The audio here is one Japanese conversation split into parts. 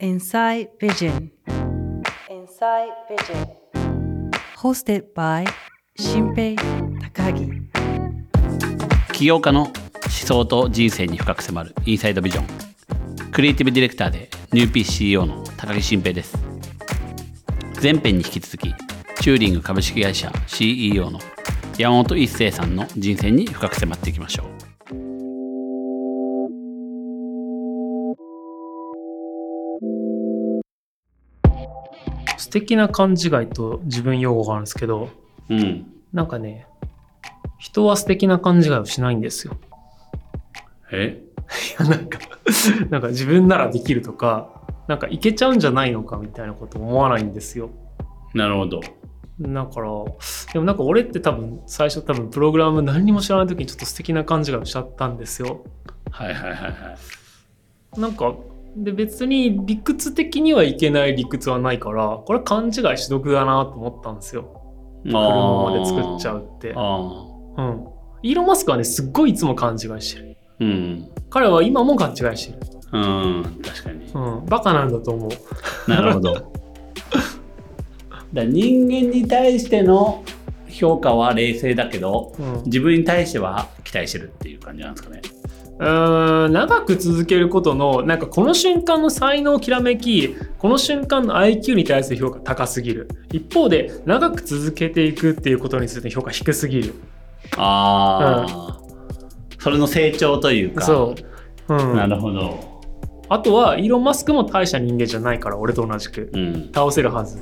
Inside Vision Inside Vision. Hosted by 新平高木起業家の思想と人生に深く迫るインサイドビジョンクリエイティブディレクターでニューピー CEO の高木新平です前編に引き続きチューリング株式会社 CEO の山本一成さんの人生に深く迫っていきましょう素敵な勘違いと自分用語があるんですけど、うんなんかね、人は素敵な勘違いをしないんですよ。えいやなんか、 なんか自分ならできるとか、なんかいけちゃうんじゃないのかみたいなこと思わないんですよ。なるほどだから、でもなんか俺って多分、最初多分プログラム何にも知らない時にちょっと素敵な勘違いをしちゃったんですよ。はいはいはいはいなんか、で別に理屈的にはいけない理屈はないから、これは勘違いし毒だなと思ったんですよ。車まで作っちゃうって。あうん。イーロン・マスクはね、すっごいいつも勘違いしてる。ーうん彼は今も勘違いしてる。うん確かにうん。バカなんだと思う。なるほどだから人間に対しての評価は冷静だけどうん。う自分に対しては期待してるっていう感じなんですかね。ーん、長く続けることの、なんかこの瞬間の才能きらめき、この瞬間の IQ に対する評価高すぎる。一方で、長く続けていくっていうことについて評価低すぎる。ああ、それの成長というか。そう。う。なんるほど。あとは、イーロン・マスクも大した人間じゃないから、俺と同じく。うん、倒せるはず。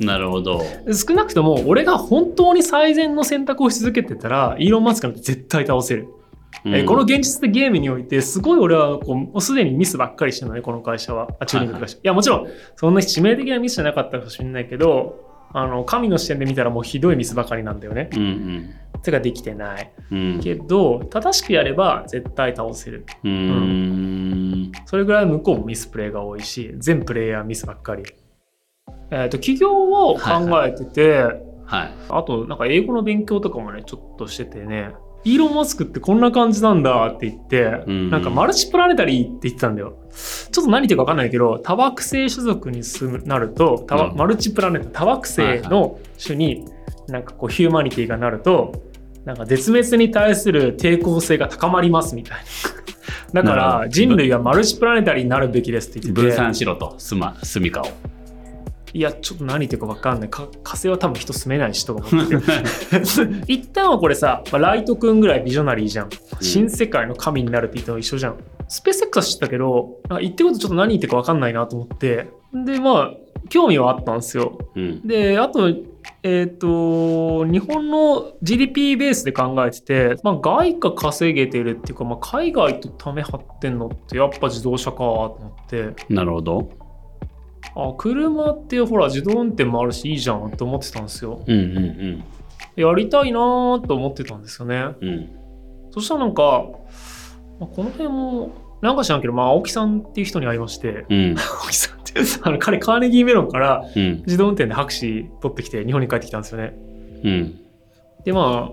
なるほど。少なくとも、俺が本当に最善の選択をし続けてたら、イーロン・マスクなんて絶対倒せる。えーこの現実的ゲームにおいて、すごい俺はこう、もうすでにミスばっかりしてるのね、この会社は。あ、チューリングの会社。いや、もちろん、そんな致命的なミスじゃなかったかもしれないけど、あの、神の視点で見たらもうひどいミスばかりなんだよね。うんてかできてない。うんうんけど、正しくやれば絶対倒せる。うーんそれぐらい向こうもミスプレイが多いし、全プレイヤーミスばっかり。えっ、と、企業を考えてて、はいあと、なんか英語の勉強とかもね、ちょっとしててね、イーロン・マスクってこんな感じなんだって言って、うんなんかマルチプラネタリーって言ってたんだよ。ちょっと何言ってるか分かんないけど、多惑星種族に住むなると、多惑うんマルチプラネタ、多惑星の種に、なんかこうヒューマニティがなると、なんか絶滅に対する抵抗性が高まりますみたいなな。だかるほらど人類はマルチプラネタリーになるべきですって言ってて分散しろとすま住みかをいや、ちょっと何言ってるか分かんない。か火星は多分人住めないしとか思って て。一旦はこれさ、まあライトくんぐらいビジョナリーじゃん。新世界の神になるって言ったの一緒じゃん。スペース X は知ってたけど、なんか言ってることちょっと何言ってるか分かんないなと思って。で、まあ、興味はあったんですよ。うんで、あと、えっ、と、日本の GDP ベースで考えてて、まあ、外貨稼げてるっていうか、まあ、海外とため張ってんのって、やっぱ自動車かと思って。なるほどあ車ってほら自動運転もあるしいいじゃんと思ってたんですようんうんやりたいなーと思ってたんですよねうんうんそしたらなんか、まあこの辺もなんか知らんけど、まあ、青木さんっていう人に会いましてうん青木さんってあの彼カーネギーメロンからうん自動運転で博士取ってきて日本に帰ってきたんですよねうんでまあ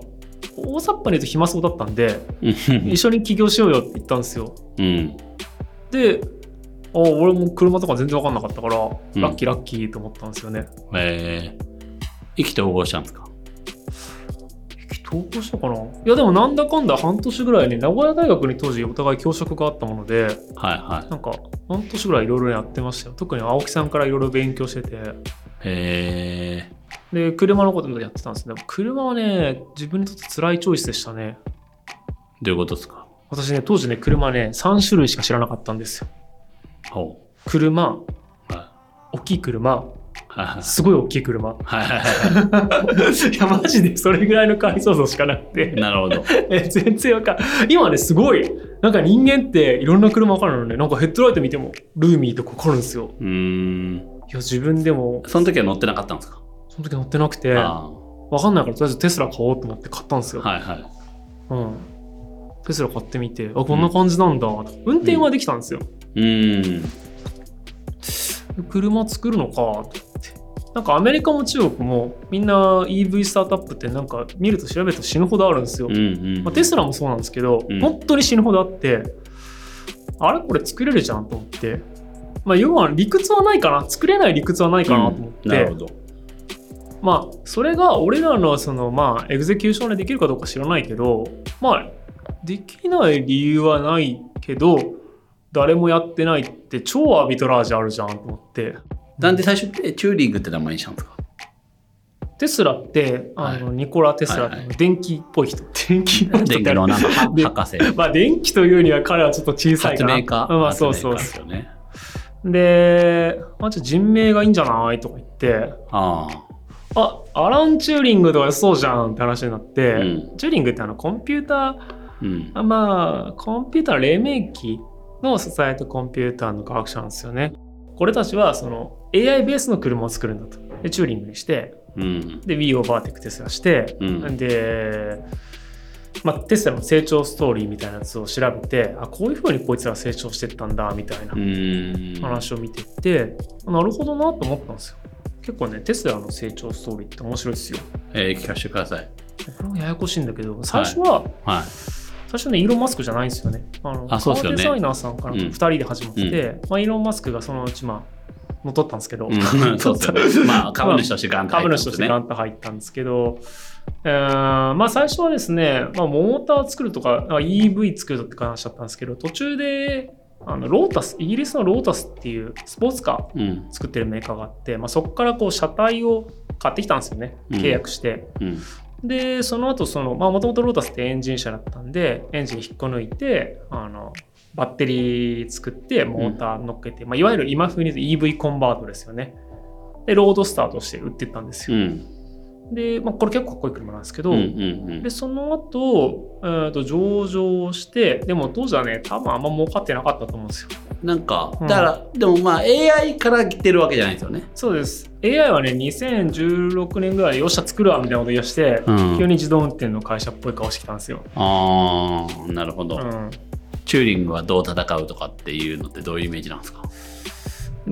大雑把に言うと暇そうだったんでうん一緒に起業しようよって言ったんですようんであ俺も車とか全然分かんなかったからんラッキーラッキーと思ったんですよねえー、意気投合したんですか投稿したかないやでもなんだかんだ半年ぐらいね名古屋大学に当時お互い教職があったものではいはいなんか半年ぐらいいろいろやってましたよ特に青木さんからいろいろ勉強しててえで車のこともやってたんですね車はね自分にとって辛いチョイスでしたねー、どういうことですか私ね当時ね車ね3種類しか知らなかったんですよほ車うはい大きい車はいはいすごい大きい 車はいはい はいやマジでそれぐらいの解像度しかなくていなるほどえ全然わかん今ねすごいなんか人間っていろんな車わかるのねなんかヘッドライト見てもルーミーとかわかるんですようーんいや自分でもその時は乗ってなかったんですか、その時乗ってなくてわあかんないからとりあえずテスラ買おうと思って買ったんですあよ、はいはい。うん、テスラ買ってみてあこんな感じなんだ、運転はできたんですよ、うーん。車作るのかと思ってなんかアメリカも中国もみんな EV スタートアップってなんか見ると調べると死ぬほどあるんですよ、うんうん。まあ、テスラもそうなんですけど、うん本当に死ぬほどあってあれこれ作れるじゃんと思ってまあ、要は理屈はないかな作れない理屈はないかなと思って、うんなるほど。まあそれが俺らのそのまあエグゼキューションでできるかどうか知らないけどまあできない理由はないけど誰もやってないって超アビトラージあるじゃんと思ってなんで最初ってチューリングって名前にしたんですかテスラってあのニコラ・テスラっはいはて電気っぽい人、 電気っぽ電い人っ気てあののなんかで博士。 まあ電気というには彼はちょっと小さい発かな明家。うんまあそうそう発明家ですよね。で、あ、じゃあ人名がいいんじゃないとか言って、ああ、アラン・チューリングとかそうじゃんって話になって、うんチューリングってあのコンピュータあ。うん。ー、まあ、コンピューター黎明期の支えたコンピューターの科学者なんですよね。俺たちはその AI ベースの車を作るんだと。で、チューリングにして、うん。で、Wii をバーテックテスラして、うんで、まあ、テスラの成長ストーリーみたいなやつを調べて、あ、こういうふうにこいつら成長してったんだ、みたいな。うん。話を見てって、なるほどなと思ったんですよ。結構ね、テスラの成長ストーリーって面白いですよ。えー聞かせてください。これもややこしいんだけど、最初は、はい。最初ね、イーロン・マスクじゃないんですよね。あのあそうですよねカーデザイナーさんからうん2人で始まって、まあ、イーロン・マスクがそのうち、まあ、乗っ取ったんですけど、う ん、そうそうまあ、株主としてガンと入った株んで主すとねしてガンと入ったんですけど、えーまあ、最初はですね、まあ、モーター作るとかあ EV 作るとかって話だったんですけど途中であのロータスイギリスのロータスっていうスポーツカーうん。作ってるメーカーがあって、まあ、そこからこう車体を買ってきたんですよねうん契約して、うん。でその後そのまあもともとロータスってエンジン車だったんでエンジン引っこ抜いてあのバッテリー作ってモーター乗っけて、まあ、いわゆる今風に言う EV コンバートですよねでロードスターとして売ってったんですうよ、ん。で、まあ、これ結構かっこいい車なんですうけど、ん。うんでその後、えーと上場してでも当時はね多分あんま儲かってなかったと思うんですよなんか、うんだから、でもまあ、AI から来てるわけじゃないですよね。そうです。AI はね、2016年ぐらいで、よっしゃ作るわみたいなこと言い出して、うん急に自動運転の会社っぽい顔してきたんですよ。ああ、なるほうど、んチューリングはどう戦うとかっていうのってどういうイメージなんですか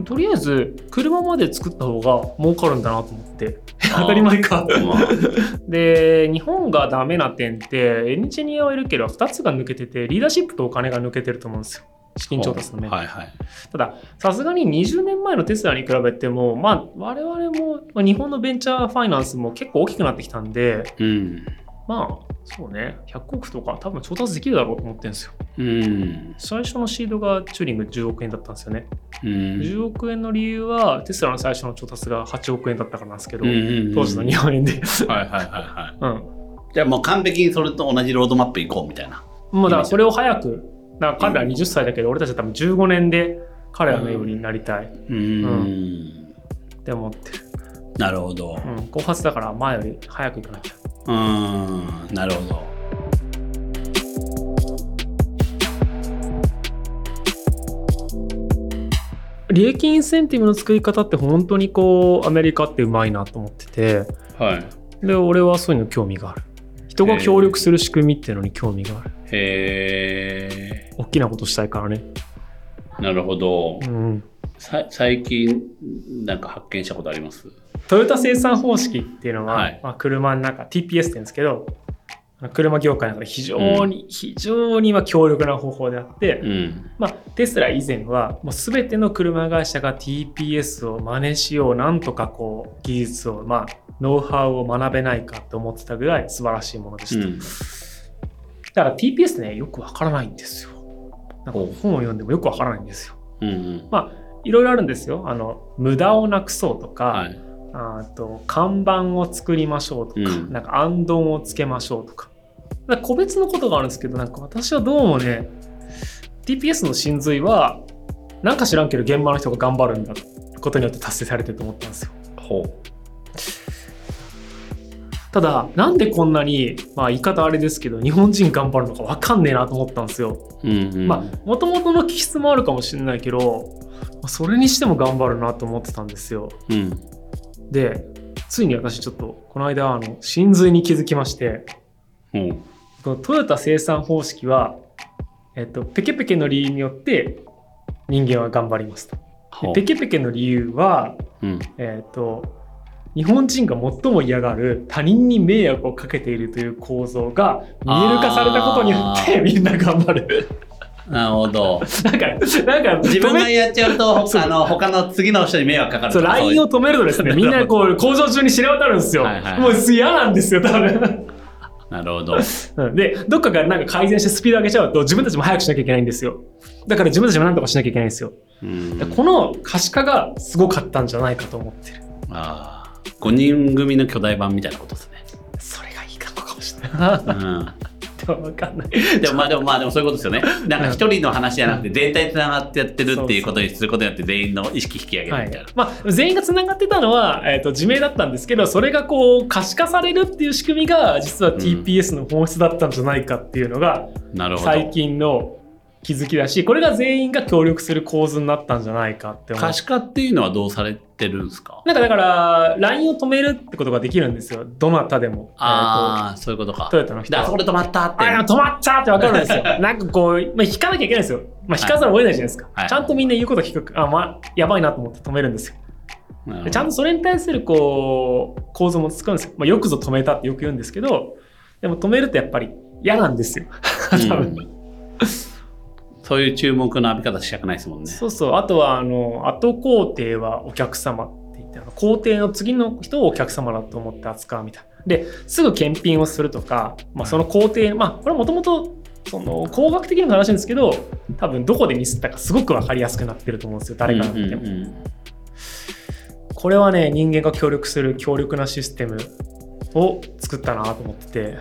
とりあえず、車まで作った方が儲かるんだなと思って。 当たり前あか。ーまあ で、日本がダメな点って、エンジニアはいるけど、2つが抜けてて、リーダーシップとお金が抜けてると思うんですよ。資金調達の面。はいはい。ただ、さすがに20年前のテスラに比べても、まあ、我々も、まあ日本のベンチャーファイナンスも結構大きくなってきたんで、うん。まあそうね100億とか多分調達できるだろうと思ってるんですようん。最初のシードがチューリング10億円だったんですよね、うん。 10億円の理由はテスラの最初の調達が8億円だったからなんですけど、うん当時の日本円で はいはいはいはうんい。じゃあもう完璧にそれと同じロードマップ行こうみたいな。まあだからそれを早くだから彼ら20歳だけど俺たちは多分15年で彼らのようになりたいっうん。て思ってる、なるほど。うん、後発だから前より早く行かなきゃうん。なるほど。利益インセンティブの作り方って本当にこうアメリカってうまいなと思っててはい。で俺はそういうの興味がある人が協力する仕組みっていうのに興味があるへ大きなことしたいからねえ。なるほど。うんさ最近なんか発見したことありますトヨタ生産方式っていうのは、はいまあ、車の中 TPS って言うんですけど車業界の中で非常に、非常にまあ強力な方法であって、うん。まあ、テスラ以前はもう全ての車会社が TPS を真似しようなんとかこう技術をまあノウハウを学べないかと思ってたぐらい素晴らしいものでした、うんだから TPS ねよくわからないんですよなんか本を読んでもよくわからないんですようんうん。いろいろあるんですよあの無駄をなくそうとか、はい。あと看板を作りましょうとか、うんなんか暗ンをつけましょうとかなんか個別のことがあるんですけどなんか私はどうもね TPS の真髄はなんか知らんけど現場の人が頑張るんだことによって達成されてると思ったんですよほう。ただなんでこんなに、まあ、言い方あれですけど日本人頑張るのか分かんねえなと思ったんですようんうん、まあもともとの気質もあるかもしれないけどまあそれにしても頑張るなと思ってたんですようん、でついに私ちょっとこの間あの真髄に気づきましてうん、このトヨタ生産方式は、えっと、ペケペケの理由によって人間は頑張りますと。ほうでペケペケの理由は、うん、えっと、日本人が最も嫌がる他人に迷惑をかけているという構造が見える化されたことによってみんな頑張る。なるほ ど。なんか、なんか、自分が止めやっちゃう と、あの、他の次の人に迷惑かかるそう、とか。そうい LINE をう止めるとですね、みんなこう、工場中に知れ渡るんですよ。はいはいもう嫌なんですよ、多分。なるほど。うんで、どっかがなんか改善してスピード上げちゃうと、自分たちも早くしなきゃいけないんですよ。だから自分たちも何とかしなきゃいけないんですよ。うんでこの可視化がすごかったんじゃないかと思ってる。ああ、5人組の巨大版みたいなことですね。それがいいかもかもしれない。うん。でもわかんない。 でもまあでもまあでもそういうことですよね。なんか一人の話じゃなくて全体つながってやってるっていうことにすることによって全員の意識引き上げるはみたいいな。まあ、全員がつながってたのは、えー、と自明だったんですけどそれがこう可視化されるっていう仕組みが実は TPS の本質だったんじゃないかっていうのがなるほ最ど。近の気づきだしこれが全員が協力する構図になったんじゃないかって思う可視化っていうのはどうされてるんですかなんかだから LINE を止めるってことができるんですよどなたでも。えーとああ、そういうことか。トヨタの人であそこで止まったって。あでも止まったって分かる んですよ。なんかこう、まあ、引かなきゃいけないんですよ。まあ、引かざるを得ないじゃないですか。はいちゃんとみんな言うこと聞く。あ、まあ、やばいなと思って止めるんですよ。なるほどでちゃんとそれに対するこう構造も作るんですよ、まあ、よくぞ止めたってよく言うんですけどでも止めるとやっぱり嫌なんですよ多分、うんそういう注目の浴び方したくないですもんね。そうそうあとはあの後工程はお客様って言ってあの工程の次の人をお客様だと思って扱うみたいなですぐ検品をするとか、まあ、その工程まあこれもともとその工学的な話なんですけど多分どこでミスったかすごく分かりやすくなってると思うんですよ誰から見ても、うんうんうんこれはね人間が協力する強力なシステムを作ったなと思ってて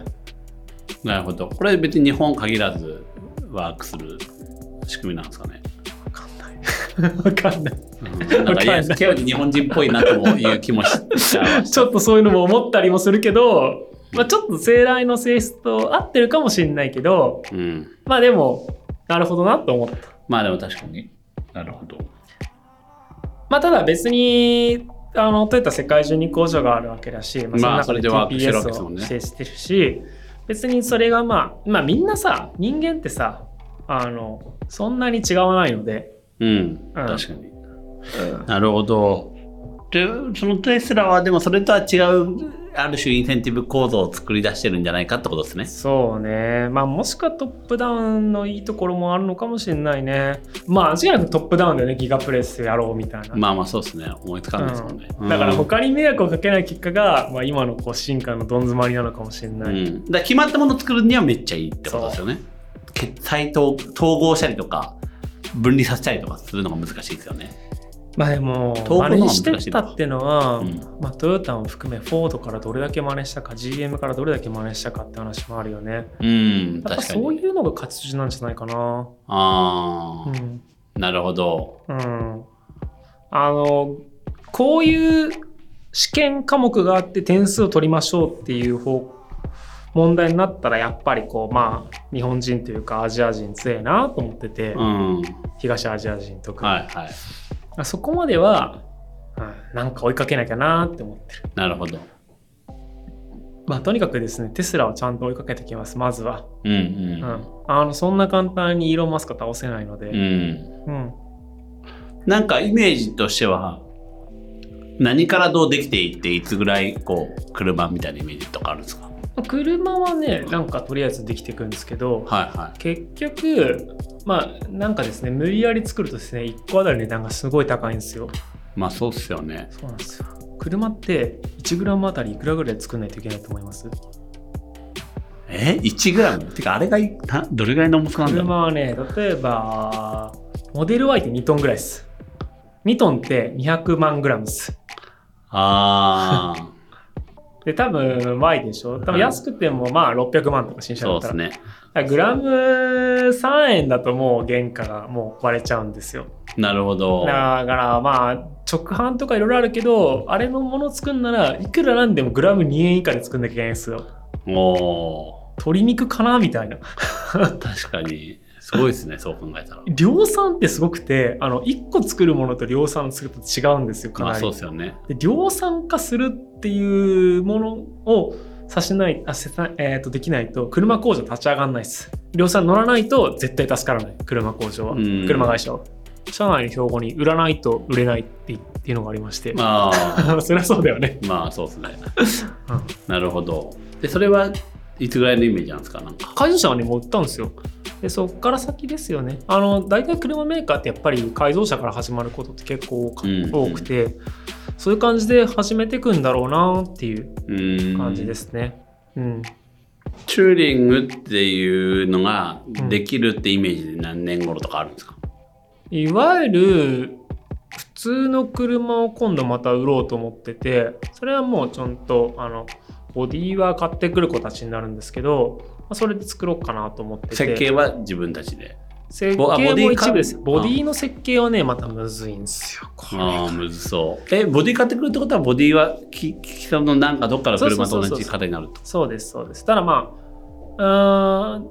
なるほど。これ別に日本限らずワークする仕組みなんですかね。わかんない。わかんない。うん なんかいや、極めて日本人っぽいなともいう気もしちゃいましちょっとそういうのも思ったりもするけど、まあ、ちょっと生来の性質と合ってるかもしれないけど、た。 うん。まあでも、なるほどなと思った。まあでも確かに。なるほど。まあただ別に、あの、トヨタ世界中に工場があるわけだし、まあ、そのまあ中でそれでワークしてるわ TPS けですもをんね指定してるし、別にそれがまあ、まあみんなさ、人間ってさ、あの、そんなに違わないので、うん。確かに。なるほど。で、そのテスラはでもそれとは違う、ある種インセンティブ構造を作り出してるんじゃないかってことですね。そうね。まあもしくはトップダウンのいいところもあるのかもしれないね。まあ間違いなくトップダウンだよね。ギガプレスやろうみたいな。まあまあそうですね。思いつかないですもんね。うんだからうん他に迷惑をかけない結果が、まあ、今のこう進化のどん詰まりなのかもしれうない。ん、だから決まったものを作るにはめっちゃいいってことですよね。決済統統合したりとか分離させたりとかするのが難しいですよね。まあでも遠くの方が真似難ししいなてったっていうのは、うんまあ、トヨタを含めフォードからどれだけ真似したか GM からどれだけ真似したかって話もあるよね。うん、やっぱ確かそうに。いうのが勝ち筋なんじゃないかな。あうあ、んなるほど。うん、あのこういう試験科目があって点数を取りましょうっていう方問題になったらやっぱりこうまあ日本人というかアジア人強いなと思ってて、うん、はい東アジア人とか、はい。そこまでは、うんなんか追いかけなきゃなって思ってる、なるほど。まあ、とにかくですねテスラをちゃんと追いかけてきますまずは、うんううんん。あのそんな簡単にイーロン・マスクは倒せないのうん、で、うんなんかイメージとしては何からどうできていっていつぐらいこう車みたいなイメージとかあるんですかはい車はねなんかとりあえずできていくんですけど、は結局まあなんかですね無理やり作るとですね1個あたりの値段がすごい高いんですよい。まあそうっすよね。そうなんですよ車って 1g あたりいくらぐらい作んないといけないと思いますえ ?1g? ってかあれがいなどれぐらいの重さなんだろう車はね例えばモデル Y って2トンぐらいです2トンって200万グラムですああ。で多分 Y でしょ多分安くてもまあ600万とか新車だ そうったでら,、すね。グラム3円だともう原価がもう割れちゃうんですよなるほど。だからまあ直販とかいろいろあるけどあれのもの作るならいくらなんでもグラム2円以下で作んなきゃいけないんですよおお鶏肉かなみたいなー。確かに。すごいですね、そう考えたら。量産ってすごくてあの1個作るものと量産すると違うんですよかまあなり、そうですよね。で量産化するっていうものをさしないあせた、えー、とできないと車工場立ち上がんないです量産乗らないと絶対助からない車工場はうん車会社は社内の標語に売らないと売れないってっていうのがありまして、まあ、 そりゃそうだよねまあそうですねうん。なるほど。で、それはいつぐらいのイメージなんですかなんか。会社はねもう売ったんですよでそこから先ですよねあの大体車メーカーってやっぱり改造車から始まることって結構多かうん多くて、そういう感じで始めていくんだろうなっていううん感じですね。うんチューリングっていうのができるってイメージで何年頃とかあるんですか、いわゆる普通の車を今度また売ろうと思っててそれはもうちゃんとあのボディは買ってくる子たちになるんですけどまあそれで作ろうかなと思ってて設計は自分たちで。設計ボあボディも一部ですかボディの設計はねまたむずいんですよこれああ、むずそう。え、ボディ買ってくるってことは、ボディはき、きさんのなんかどっから車と同じ型になると。そうですそうですただまあうーん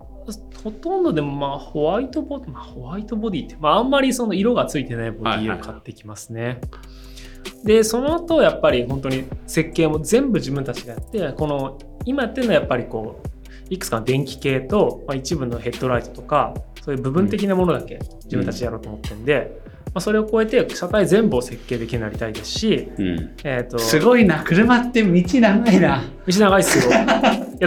ほとんどでもまあホワイトボディ、まあ、ホワイトボディって、まあ、あんまりその色がついてないボディを買ってきますね、でその後やっぱり本当に設計も全部自分たちがやってこの今やってるのはやっぱりこういくつかの電気系と、まあ、一部のヘッドライトとかそういう部分的なものだけ自分たちでやろうと思ってるんで、まあ、それを超えて車体全部を設計できるようになりたいですし、うん。えー、とごいな、車って道長いな。道長いっすよいや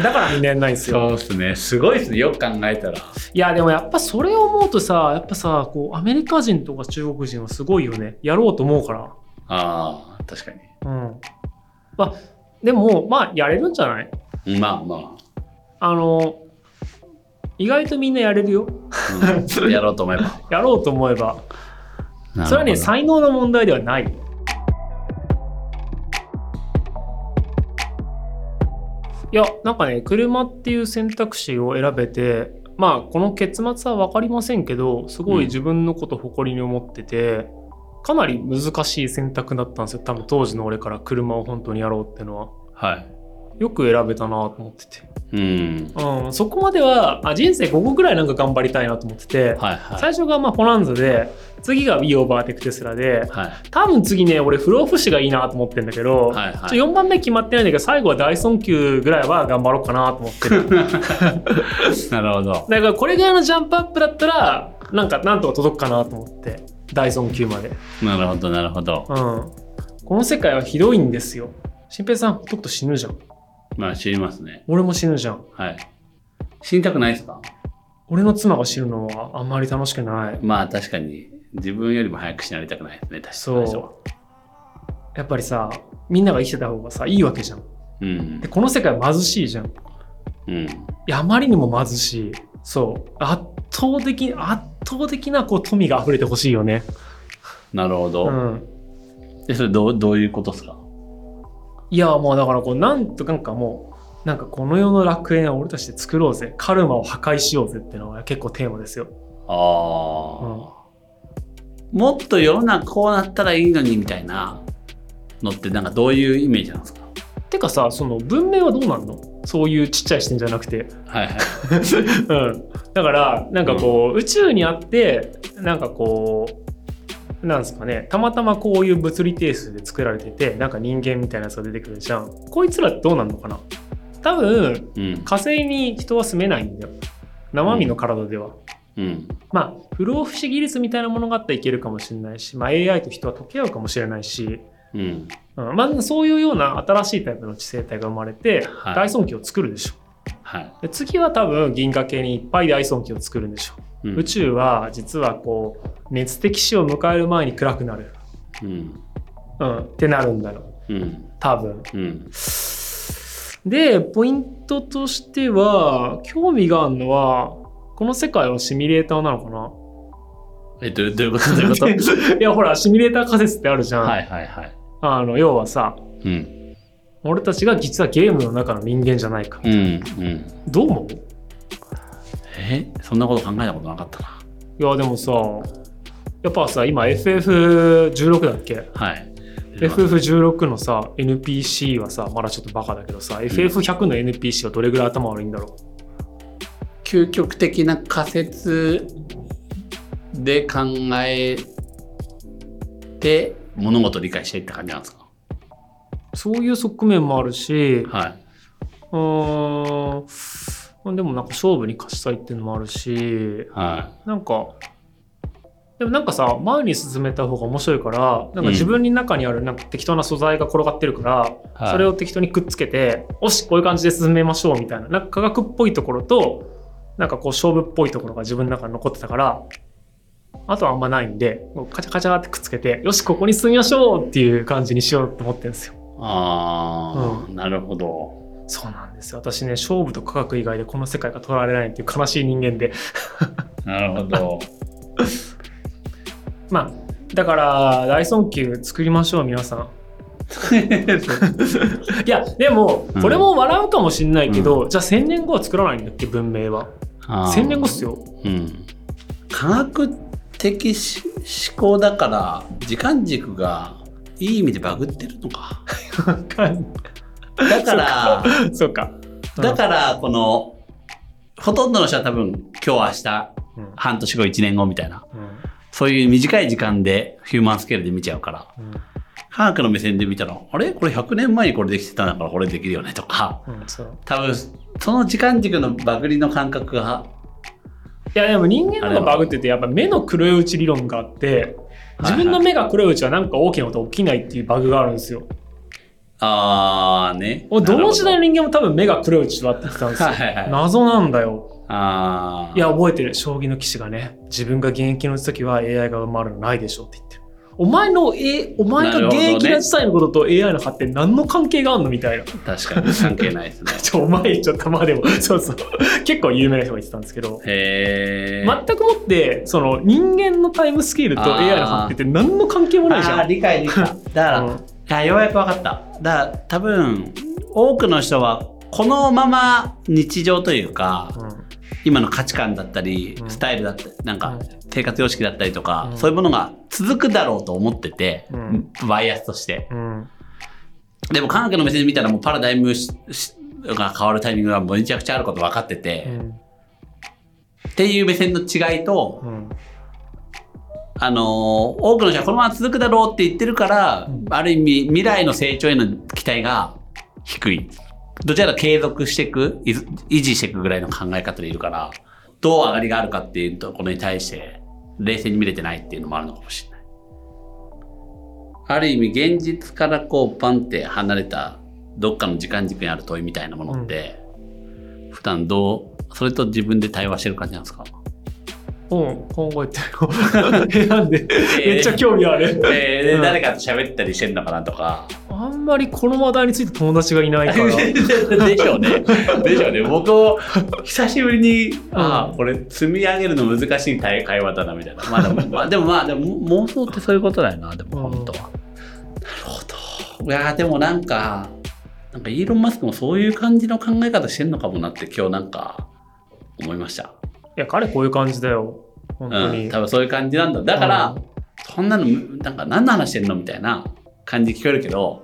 だからみんなやんないんです そようですね。すごいですね。よく考えたら。いやでもやっぱそれを思うとさやっぱさこうアメリカ人とか中国人はすごいよねやろうと思うかああ、確からうんまあでもまあやれるんじゃないに。まあまあの意外とみんなやれるよあ。 うん、やろうと思えば。やろうと思えばそれはなねるほど才能の問題ではないいやなんかね車っていう選択肢を選べてまあこの結末は分かりませんけどすごい自分のこと誇りに思ってて、かなり難しい選択だったんですよ多分当時の俺から車を本当にやろうってのははい。よく選べたなと思ってて、うん。うん、そこまではあ人生5個くらいなんか頑張りたいなと思ってて、はいは最初がまあポランザで次が B オーバーテクテスラでい。はい。多分次ね俺不老不死がいいなと思ってんだけど、はいはいちょ4番目決まってないんだけど最後はダイソン級ぐらいは頑張ろうかなと 思ってるだなるほど。からこれぐらいのジャンプアップだったらなんかなんとか届くかなと思ってダイソン級まで、うん、なるほど、なるほど。この世界はひどいんですよ新平さんほっとくと死ぬじゃんまあ、知りますね。俺も死ぬじゃんはい。死にたくないですか俺の妻が死ぬのはあんまり楽しくないまあ、確かに。自分よりも早く死なりたくないですね、確かに。最初はそうやっぱりさみんなが生きてた方がさいいわけじゃんうんで。この世界貧しいじゃんうん。いやあまりにも貧しいそう圧倒的圧倒的なこう富が溢れてほしいよね、なるほど。うん、でそれどうどういうことですかいやもうだからこうなんとかなんかもうなんかこの世の楽園を俺たちで作ろうぜカルマを破壊しようぜってのが結構テーマですよ、ああ、もっと世の中こうなったらいいのにみたいなのってなんかどういうイメージなんですかてかさその文明はどうなんのそういうちっちゃい視点じゃなくて、はいはい。うん、だからなんかこう、宇宙にあってなんかこうなんですかねたまたまこういう物理定数で作られててなんか人間みたいなやつが出てくるじゃんこいつらってどうなんのかな多分うん。火星に人は住めないんだよ生身の体では、うん。まあ不老不死技術みたいなものがあったらいけるかもしれないし、まあ、AI と人は溶け合うかもしれないし、うん。うんまあ、そういうような新しいタイプの地生体が生まれて、はい大損機を作るでしょはい。で次は多分銀河系にいっぱい大損機を作るんでしょうん宇宙は実はこう熱的死を迎える前に暗くなる、うん。うん、ってなるんだろううん。多分うん。でポイントとしては興味があるのはこの世界はシミュレーターなのかなえ、どうどういうことどういうこといやほらシミュレーター仮説ってあ るじゃん、はいはいはい。あの要はさうん。俺たちが実はゲームの中の人間じゃないかうん。うん。どう思うえ、そんなこと考えたことなかったな。いやでもさやっぱさ今 FF16 だっけはい。 FF16 のさ NPC はさまだちょっとバカだけどさ、FF100 の NPC はどれぐらい頭悪いんだろ究極的な仮説で考えて物事を理解していった感じなんですかうそういう側面もあるしはい。うーんでもなんか勝負に勝ちたいっていうのもあるしはなんかでもなんかさ前に進めた方が面白いからなんか自分の中にあるなんか適当な素材が転がってるから、い。はいそれを適当にくっつけて「よしこういう感じで進めましょう」みたいななんか科学っぽいところとなんかこう勝負っぽいところが自分の中に残ってたから、あとはあんまないんで、こうカチャカチャってくっつけて、よし、ここに住みましょうっていう感じにしようと思ってるんですよ。ああ、なるほど。そうなんですよ。私ね、勝負と科学以外でこの世界が取られないっていう悲しい人間で。なるほ ど。まあ、だから、大尊級作りましょう、皆さん。いや、でもうん、これも笑うかもしんないけど、じゃあ1000年後は作らないんだっけ、文明は。あー1000年後っすよ。うん。科学的し思考だから、時間軸がいい意味でバグってるの か。だから、そうか。だから、この、ほとんどの人は多分、今日、明日、ら、うん半年後、1年後みたいな、うんそういう短い時間で、ヒューマンスケールで見ちゃうから、科学の目線で見たら、あれこれ100年前にこれできてたんだから、これできるよねとか、うんうんそう多分、その時間軸のバグりの感覚が、いやでも人間のバグって言ってやっぱ目の黒いうち理論があってはい自分の目が黒いうちはなんか大きなこと起きないっていうバグがあるんですよ。あーね。どの時代にの人間も多分目が黒いうちはって言ってたんですよ。はいはいはい。謎なんだよ。あーいや覚えてる将棋の棋士がね自分が現役の時は AI が生まれるのないでしょうって言ってる。お前の、A、お前が現役の時代のことと AI の発展何の関係があるのみたいな。確かに関係ないですね。ちょ、お前言っちゃった。まあでも、そうそう。結構有名な人が言ってたんですけど、へー。全くもって、その人間のタイムスケールとあー AI の発展って何の関係もないじあゃーん。理解できた。だから、うんいやようやく分かった。だから多分多くの人はこのまま日常というか、今の価値観だったり、うんスタイルだったりなんか、うん生活様式だったりとか、うんそういうものが続くだろうと思ってて、うんバイアスとして。うん。うん。でも科学の目線で見たらもうパラダイムししが変わるタイミングがめちゃくちゃあること分かってて、うん。っていう目線の違いと、うん。あのー多くの人はこのまま続くだろうって言ってるから、うんある意味未来の成長への期待が低い。どちらか継続していく、いず維持していくぐらいの考え方でいるから、どう上がりがあるかっていうところに対して、冷静に見れてないっていうのもあるのかもしれない。ある意味現実からこうパンって離れたどっかの時間軸にある問いみたいなものって、普段どう、それと自分で対話してる感じなんですかうん考えてるよ。なんで、めっちゃ興味あえる。ーでうん誰かと喋ったりしてんのかなとか。あんまりこの話題について友達がいないから。 でしょうね。でしょうね。僕も久しぶりに、ああ、これ積み上げるの難しい会会話だなみたいな。まあでも、まあ、でもまあでも妄想ってそういうことだよな、でもうん本当は。なるほど。いやーでもなんか、なんかイーロン・マスクもそういう感じの考え方してんのかもなって今日なんか思いました。いや、彼こういう感じだよ。本当うに。ん、多分そういう感じなんだ。だから、うんそんなの、なんか何の話してんのみたいな感じ聞こえるけど、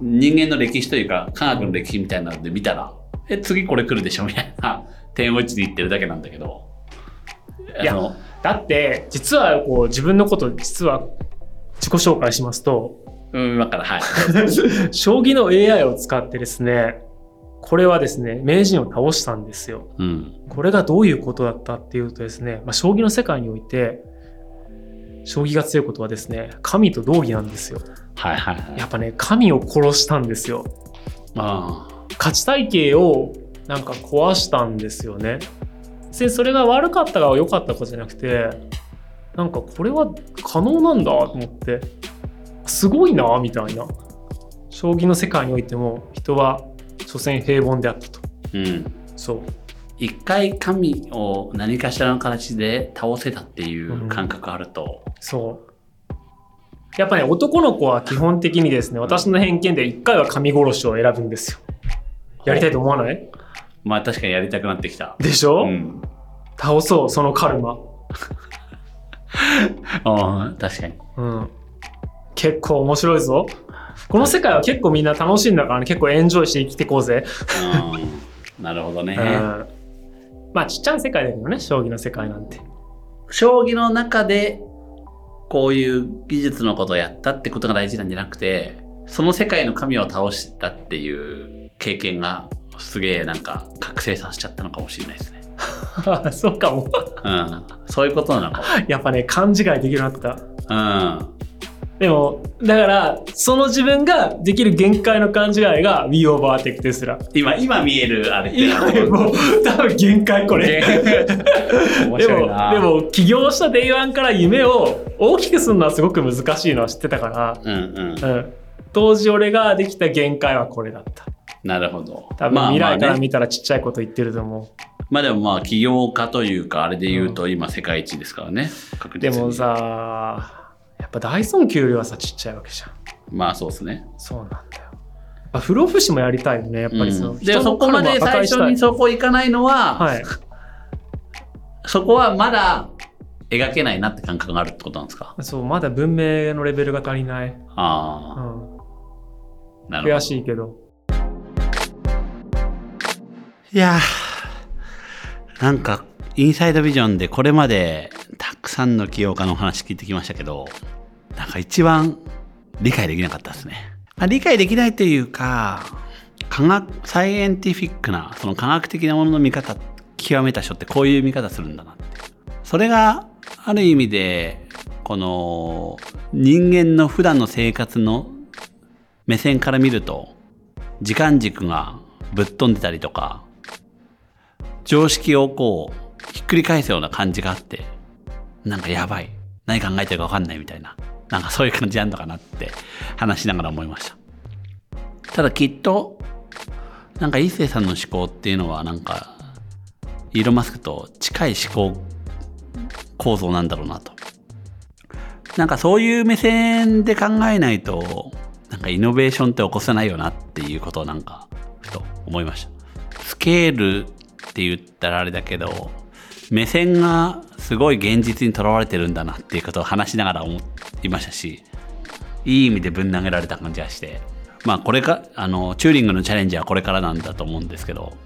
人間の歴史というか、科学の歴史みたいなので見たら、え、次これ来るでしょみたいな、 点を一で言ってるだけなんだけど。いやあのだって、実はこう、自分のこと、実は自己紹介しますと、うん、今から、 はい。将棋の AI を使ってですねこれはですね名人を倒したんですようん。これがどういうことだったっていうとですね、まあ、将棋の世界において将棋が強いことはですね神と同義なんですよはいはいはい。やっぱね神を殺したんですよあ価値体系をなんか壊したんですよね別にそれが悪かったか良かったかじゃなくてなんかこれは可能なんだと思ってすごいなみたいな将棋の世界においても人は所詮平凡であったとーうん。そう一回神を何かしらの形で倒せたっていう感覚あると、そうやっぱね男の子は基本的にですね私の偏見で一回は神殺しを選ぶんですよやりたいと思わないまあ確かにやりたくなってきた。でしょ、うん。倒そうそのカルマああ、確かに。うん、結構面白いぞこの世界は結構みんな楽しいんだから、ね、結構エンジョイして生きていこうぜ、うんなるほどね。うんまあちっちゃい世界だけどね将棋の世界なんて 将棋の中でこういう技術のことをやったってことが大事なんじゃなくてその世界の神を倒したっていう経験がすげえなんか覚醒させちゃったのかもしれないですね。そうかもうん、そういうことなのかやっぱね勘違いできるようになったも。でも、だから、その自分ができる限界の勘違いが We Over Tech Tesla。今、今見えるあれっていや、もう、多分限界こ れ。面で白いもな。で、も起業した Day1 から夢を大きくするのはすごく難しいのは知ってたかうんうん。ら、うん、当時俺ができた限界はこれだったなるほど。多分未来まかあらね見たらちっちゃいこと言ってると思う、まあでもまあ起業家というかあれで言うと今世界一ですからね、確で実にもさやっぱダイソン給料はさちっちゃいわけじゃんまあそうですねそうなんだよあ不老不死もやりたいよねやっぱりその、うんでそこまで最初にそそこ行かないのは、はいそこはまだ描けないなって感覚があるってことなんですかそうまだ文明のレベルが足りない、うあん、あなるほ悔どしいけどいやーなんかインサイドビジョンでこれまでたくさんの起業家のお話聞いてきましたけどなんか一番理解できなかったですね。まあ理解できないというか科学サイエンティフィックなその科学的なものの見方極めた人ってこういう見方するんだなってそれがある意味でこの人間の普段の生活の目線から見ると時間軸がぶっ飛んでたりとか常識をこうひっくり返すような感じがあってなんかやばい何考えてるか分かんないみたいななんかそういう感じなんのかなって話しながら思いましたただきっとなんか一星さんの思考っていうのはなんかイーロン・マスクと近い思考構造なんだろうなとなんかそういう目線で考えないとなんかイノベーションって起こせないよなっていうことをなんかふと思いましたスケールって言ったらあれだけど目線がすごい現実にとらわれてるんだなっていうことを話しながら思いましたしいい意味でぶん投げられた感じがしてまあこれかあのチューリングのチャレンジはこれからなんだと思うんですけど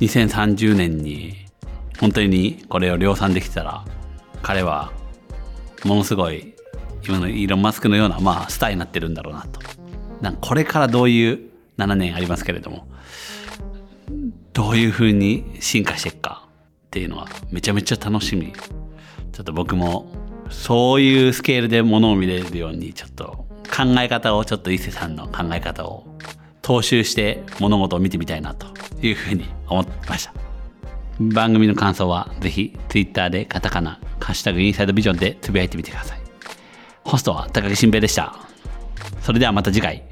2030年に本当にこれを量産できたら彼はものすごい今のイーロン・マスクのような、まあ、スターになってるんだろうなとなんかこれからどういう7年ありますけれどもどういうふうに進化していくかっていうのはめちゃめちゃ楽しみちょっと僕もそういうスケールでものを見れるようにちょっと考え方をちょっと伊勢さんの考え方を踏襲して物事を見てみたいなというふうに思ってました。番組の感想はぜひ Twitter でカタカナ「ハッシュタグインサイドビジョン」でつぶやいてみてくださいホストは高木新平でしたそれではまた次回